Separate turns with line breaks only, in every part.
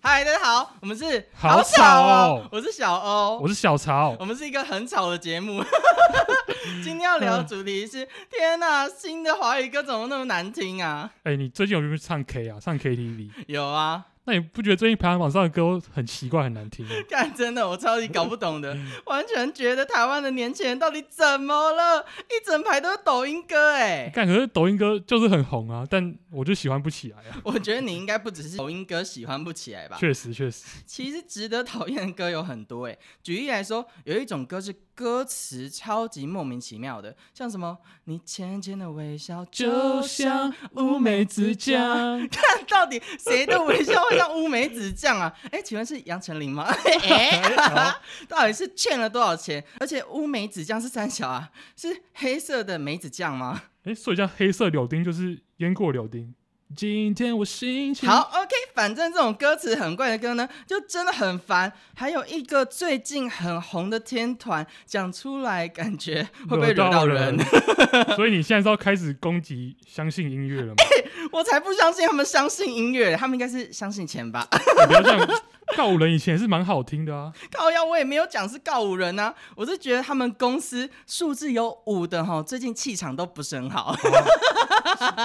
嗨，大家好，我们是
好
吵
吵哦
我是小欧，
我是小哦曹
我，们是一个很吵的节目。 今天要聊的主题
嗯
是，天呐，新的华语歌怎么那么难听啊？
哎、你最近有没有去唱 K 啊？唱 KTV？
有啊，
那你不觉得最近排行榜上的歌很奇怪、很难听吗？
干真的，我超级搞不懂
嗯
的，完全觉得台湾的年轻人到底怎么了？一整排都是抖音歌哎、
干，可是抖音歌就是很红啊，但我就喜欢不起来啊。
我觉得你应该不只是抖音歌喜欢不起来吧？
确实，确实，
其实值得讨厌的歌有很多诶， 举例来说，有一种歌是歌词超级莫名其妙的，像什么“你浅浅的微笑就像乌梅子酱”，看到底谁的微笑会像乌梅子酱啊？ 哎，请问是杨丞琳吗？哎， 到底是欠了多少钱？而且乌梅子酱是三小啊，是黑色的梅子酱吗？
哎、所以像黑色柳丁就是腌过柳丁。今天我心情
好，OK，反正这种歌词很怪的歌呢，就真的很烦。还有一个最近很红的天团，讲出来感觉会不会惹到人？
所以你现在是要开始攻击相信音乐了吗？
我才不相信他们相信音乐，他们应该是相信钱吧？
你不要这样，告五人以前也是蛮好听的啊。
靠腰，我也没有讲是告五人啊，我是觉得他们公司数字有五的哈，最近气场都不是很好，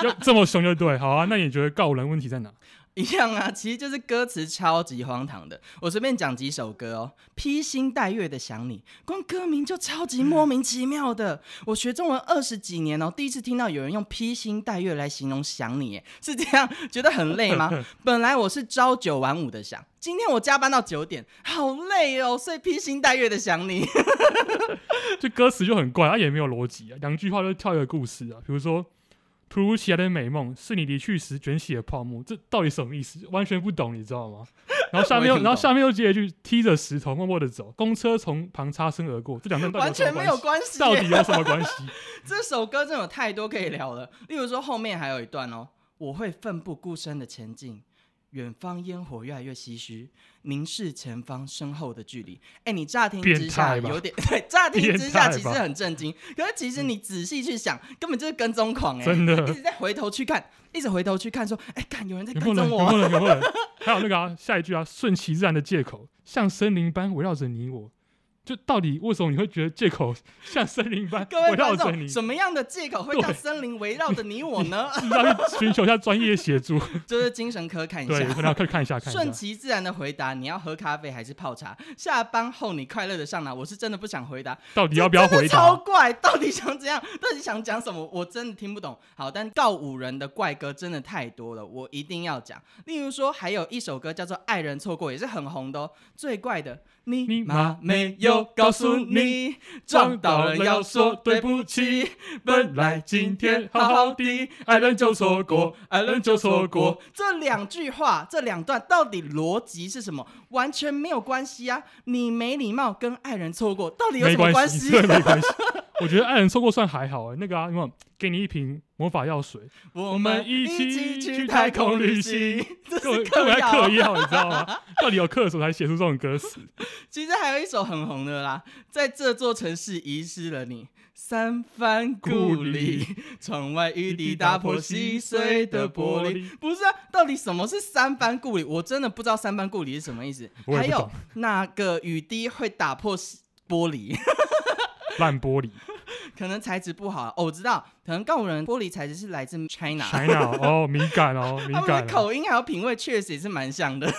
要这么凶就对，好啊。那你觉得告五人问题在哪？
一样啊，其实就是歌词超级荒唐的。我随便讲几首歌哦，《披星戴月的想你》，光歌名就超级莫名其妙的。我学中文二十几年哦，第一次听到有人用披星戴月来形容想你，哎，是这样觉得很累 吗？本来我是朝九晚五的想，今天我加班到九点，好累哦，所以披星戴月的想你。
这歌词就很怪，它也没有逻辑啊，两句话就跳一个故事啊。比如说，突如其来的美梦是你离去时卷起的泡沫，这到底什么意思？完全不懂，你知 道吗？然后下面
我也听不
又，
懂
然后下面又接一句，踢着石头默默的走，公车从旁擦身而过，这两段到底
完
有什
全
么
没
关
有
系？
关系耶，
到底有什么 关系？
这首歌真的有太多可以聊了，例如说后面还有一段哦，我会奋不顾身的前进，远方烟火越来越唏嘘，凝视前方身后的距离。哎，你乍听之下
变态吧
有点 对，乍听之下
变态吧
其实很震惊，可是其实你仔细去想，根本就是跟踪狂哎、
真的
一直在回头去看，一直回头去看说，哎，看有人在
有没有
跟
人？
踪
有
我
没有人？有没有人？还有那个啊，下一句啊，顺其自然的借口，像森林般围绕着你我。就到底为什么你会觉得借口像森林般
各
围
位
绕
观
着你
众，？什么样的借口会
对
让森林围绕着你我呢？
是不是要去寻求一下专业 协助？
就是精神科看一下。
对，可能要看看一下看一啊下
顺。其自然的回答，你要喝咖啡还是泡茶？下班后你快乐的上哪？我是真的不想回答，
到底要不要
真
回
的超
答？
怪，到底想怎样？ 到底想讲什么？我真的听不懂。好，但告五人的怪歌真的太多了，我一定要讲。例如说，还有一首歌叫做《爱人错过》，也是很红的哦。最怪的，你
你
妈
妈
没
没
有
有
告
告
诉
诉
你
你，
撞到人要说对不起。本
本
来
来
今
今
天
天
好
好
好
好
的
的，
爱
爱
人
人
就错
就
过
错过，
爱
爱
人
人
就
就
错
错
过
过。
这两句话，这两段到底逻辑是什么？完全没有关系啊！你没礼貌跟爱人错过，到底有
没
什么
关
系？
对，没关系。我觉得爱人错过算还好哎、那个啊，有没有给你一瓶魔法药水？
我
我们一
起
起去太空旅行，
这
根
是
本根本在
谣
嗑。药，你知道吗？ 到底有嗑什么才写出这种歌词？
其实还有一首很红的啦，在这座城市遗失了你。三番故里，窗外雨滴打破细碎的玻璃。 不是啊，到底什么是三番故里？我真的不知道三番故里是什么意思。
我也不
还有
懂
那个雨滴会打破玻璃，
烂玻璃
可能材质不好啊、哦。我知道，可能告五人玻璃材质是来自 China。
，China 哦，敏感哦，敏
他们
感
的
哦、
口音还有品味确实也是蛮像的。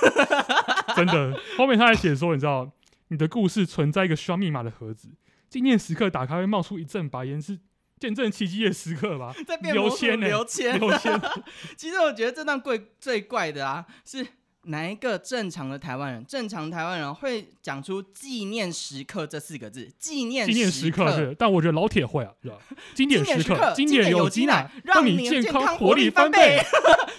真的。后面他还写说，你知道，你的故事存在一个需要密码的盒子，纪念时刻打开会冒出一阵白烟，是见证奇迹的时 刻吧？
在变魔
刘
术
谦呢？
刘谦，
刘谦，
其实我觉得这段怪最怪的啊，是哪一个正常的台湾人？正常台湾人会讲出“纪念时刻”这四个字，纪念
纪念时刻是，但我觉得老铁会啊，是吧经典时刻，
经
典
有
有
机
机
奶
奶，，
让
你
健
康
活
力
翻
倍。。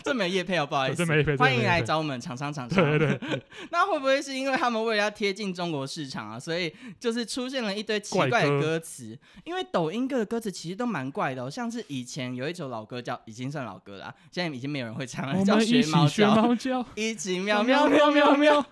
这没叶配哦，不好意思
这没业配，
欢迎
这没业
来
配
找我们厂商厂商。
对对对，
那会不会是因为他们为了要贴近中国市场啊，所以就是出现了一堆奇怪
怪
的
歌
歌词？因为抖音歌的歌词其实都蛮怪的、哦，像是以前有一首老歌叫，已经算老歌了啊、现在已经没有人会唱了，
我
叫
们一
学
起
猫
学
叫。
猫叫，
一起喵喵喵喵喵！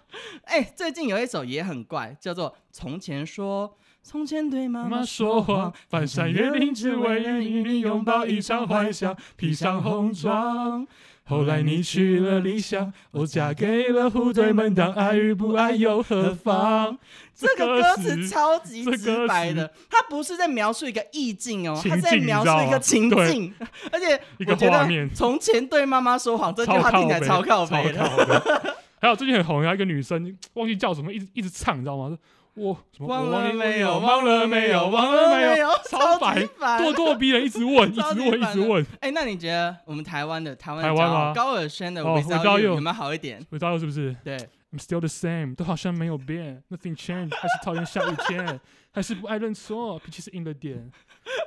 哎、最近有一首也很怪，叫做《从前说》，从前对妈
妈
妈
妈
说
说
谎
谎，，翻山越岭只为与你拥抱一场幻想，披上红妆。后来你去了理想，我嫁给了虎腿门当，爱与不爱又何妨？
这个歌词超级
这
直白的，它不是在描述一个意境哦，它是在
情境
描述
你知道
一
吗
个情
对
境， 而且
一个
我觉
画
得
面，
从前对妈妈说谎这句
超
话听起来
北
超靠
超
背的，
靠北还有最近很红，还有一个女生忘记叫什么，一直一直唱，你知道吗？我什么
忘
我
了
你
没
我
有？
忘了没有？忘了没有？
有？
超
超级
白
烦。
咄咄逼人，一直问，一
超
直
级
问，一
烦
直
的
问。
哎、那你觉得我们台湾的台湾
台
的骄
湾
傲
吗
高尔宣的
哦
Without
Without
You
You
有没有好一点？
我知道是不是
对，
？I'm still the same，都好像没有变，nothing changed，还是讨厌下雨天，还是不爱认错，脾气是硬了点。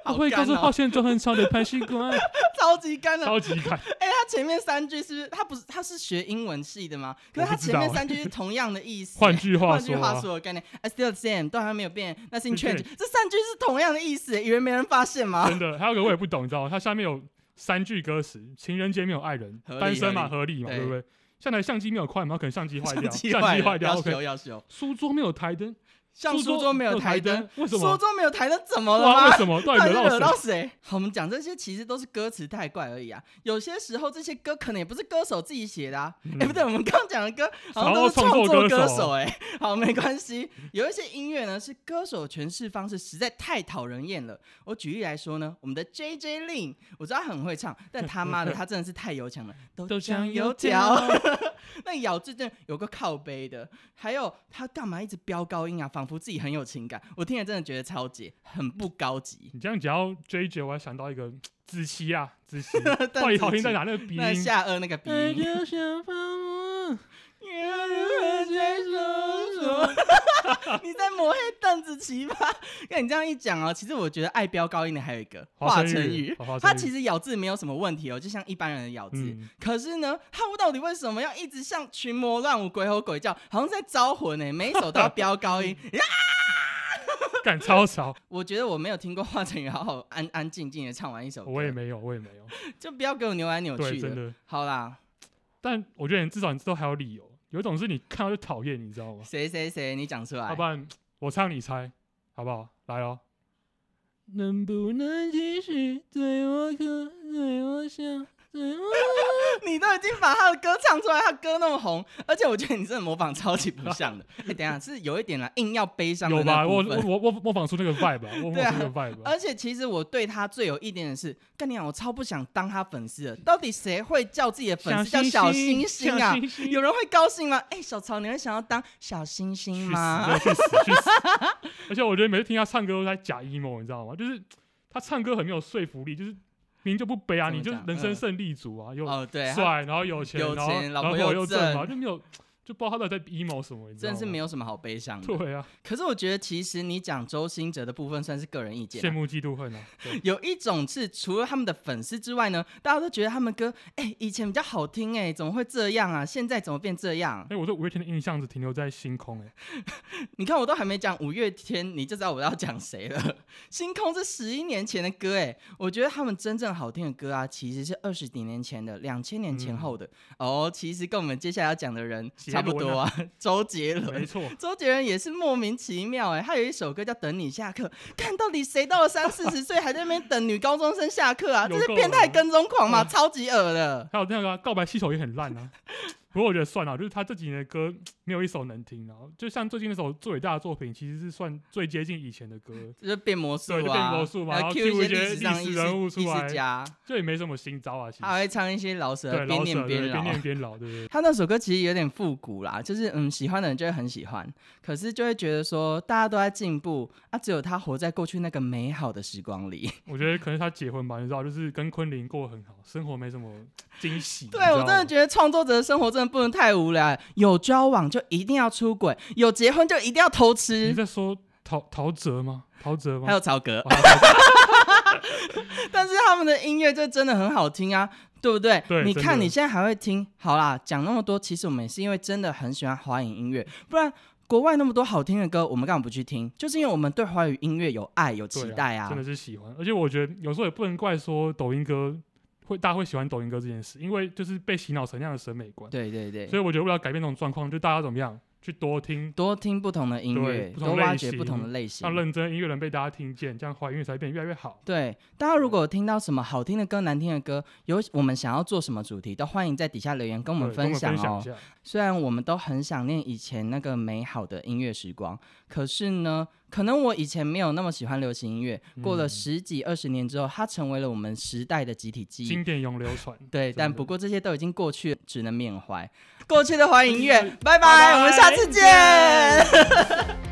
他
好
会告
干
诉
哦
好现中很吵的排气管，
超级干了。
超级感。
哎、他前面三句是不是他不是他是学英文系的吗？可是他
我不知
前
道
面三句是同样的意思、
换
哎
句话
换句
说
话
啊，
说的概念，I still the same，都还没有变，nothing
对对
changed，这三句是同样的意思、以为没人发现吗？
真的， 还有个我也不懂，你知道吗？它下面有三句歌词：情人节没有爱人，
合理
单身嘛合理嘛，
对
对不对？像台相机没有快门，可能相机坏掉，
相
相机
坏
坏
了，
掉
要修
，OK。
要修。
书桌没有台灯，
像
书
书桌没有台灯，，
为什
书
么？
桌没有台灯怎么了
哇，
吗
为？什么？到底
到底
惹
惹
到
到
谁？
谁？好，我们讲这些其实都是歌词太怪而已啊。有些时候这些歌可能也不是歌手自己写的啊。哎、
嗯
不对，我们刚刚讲的歌好像都是
然后
创
创作
作
歌手
歌手哎、好，没关系。有一些音乐呢是歌手诠释方式实在太讨人厌了。我举例来说呢，我们的 J J Lin，我知道他很会唱，但他 妈的他真的是太油腔了，豆浆油条。那咬字真的有个靠背的，还有他干嘛一直飙高音啊，仿佛自己很有情感。我听了真的觉得超级很不高级。
你这样讲到 J J，我还想到一个子琪啊，子琪
但
到底好
子
听在
琪
哪？那个鼻
那
音。
下颚那个鼻音，
就想放我，
你在抹黑邓紫棋吧？那你这样一讲哦，其实我觉得爱飙高音的还有一个华晨宇，
华
他其
实
实咬字没有什么问题哦，就像一般人的咬字。
嗯，
可是呢，他们到底为什么要一直像群魔乱舞、鬼吼鬼叫，好像在招魂呢、每一首都要飙高音。
干 超潮，
我觉得我没有听过华晨宇好好安安静静的唱完一首歌，
我也没有，我也没有，
就不要给我扭来扭
对，
去
真
的。
的。
好啦，
但我觉得你至少你都还有理由，有一种是你看到就讨厌，你知道吗？
谁谁谁，你讲出来
要不。然我唱你猜，好不好？来哦。能不能继续对我可对我想对我？
你都已经把他的歌唱出来，他歌那么红，而且我觉得你真的模仿超级不像的。 哎、等一下是有一点啦，硬要悲伤的
有
那
吧？我
部
我
分。
我我模仿出那个 vibe，啊我模
对啊
仿出那个 vibe 啊。
而且其实我对他最有意见的是，干你娘，我超不想当他粉丝的。到底谁会叫自己的 粉丝叫小星星啊？
小星星
有人会高兴吗？哎、小曹，你会想要当小星星吗？
去死，去死，去死！ 而且我觉得每次听他唱歌都在假 emo，你知道吗？就是他唱歌很没有说服力，就是明明就不悲啊，
怎么
你就是
讲
人生
嗯
胜利组啊，又
哦，对，他
帅，然后有钱，
有
然后
钱
然
老
后
婆又
又
正
嘛，就没有就不知道他到底在 emo 什么，你知道
真
吗？
的是没有什么好悲伤 的。
对啊，
可是我觉得，其实你讲周星哲的部分算是个人意见啊、
羡慕嫉妒恨啊，对
有一种是除了他们的粉丝之外呢，大家都觉得他们歌，哎、以前比较好听、哎，怎么会这样啊？现在怎么变这样？
哎，我对五月天的印象只停留在星空，哎，
你看我都还没讲五月天，你就知道我要讲谁了。 星空是十一年前的歌、哎，我觉得他们真正好听的歌啊，其实是二十几年前的，两千年前后的。哦，其实跟我们接下来要讲的人
嗯杰
差不多啊，周杰
没
伦。
错，
周杰伦也是莫名其妙哎、他有一首歌叫《等你下课》，看到底谁到了三四十岁还在那边等女高中生下课啊？
有
这
够
是
嗯
变态
恶
跟踪狂嘛，超级恶的。
还有那个啊告白气球也很烂啊。不过我觉得算了，就是他这几年的歌没有一首能听，然后就像最近那首最伟大的作品，其实是算最接近以前的歌了。
这就变魔术啊，
对就变魔术嘛
还
然
要
后
Q 一些
cue 一些
史上
历史
意识
人物出
艺
来
术家，
这也没什么新招啊，其实
他还会唱一些老舍，
对
边
老
念
舍
边
对边
老。
念边老，对不对？
他那首歌其实有点复古啦，就是嗯，喜欢的人就会很喜欢，可是就会觉得说大家都在进步，啊，只有他活在过去那个美好的时光里。
我觉得可能他结婚吧，你知道，就是跟昆凌过得很好，生活没什么惊喜。
对，我真的觉得创作者的生活真的不能太无聊，有交往就一定要出轨，有结婚就一定要偷
得 你
吃，
在说陶陶喆吗？陶喆吗？
还有曹格。
哇陶喆
但是他们的音乐就真的很好听啊，对不对？
对
你
真
看
的
你现在还会听，好啦，讲那么多，其实我们也是因为真的很喜欢华语音乐，不然国外那么多好听的歌，我们干嘛不去听？就是因为我们对华语音乐有爱有期
对
待
啊，
啊
真。的是喜欢。而且我觉得有时候也不能怪说抖音歌会大家会喜欢抖音歌这件事，因为就是被洗脑成那样的审美观。
对对对
所以我觉得为了改变这种状况，就大家怎么样去多听，
多听不同的音乐
对，不同
多挖
类
掘不
型
同的类型
让。认真音乐人被大家听见，这样华语音乐才会变得越来越好。
对，大家如果有听到什么好听的歌、难听的歌，有我们想要做什么主题，都欢迎在底下留言跟我们
对跟
分
我们
享
分
哦
一。下，
虽然我们都很想念以前那个美好的音乐时光，可是呢，可能我以前没有那么喜欢流行音乐，过了
嗯
十几二十年之后，它成为了我们时代的集体记忆
经。典永流传。
对，
真
但
的
不过这些都已经过去， 只能缅怀。过去的怀音乐，拜
拜
拜，我们下次见。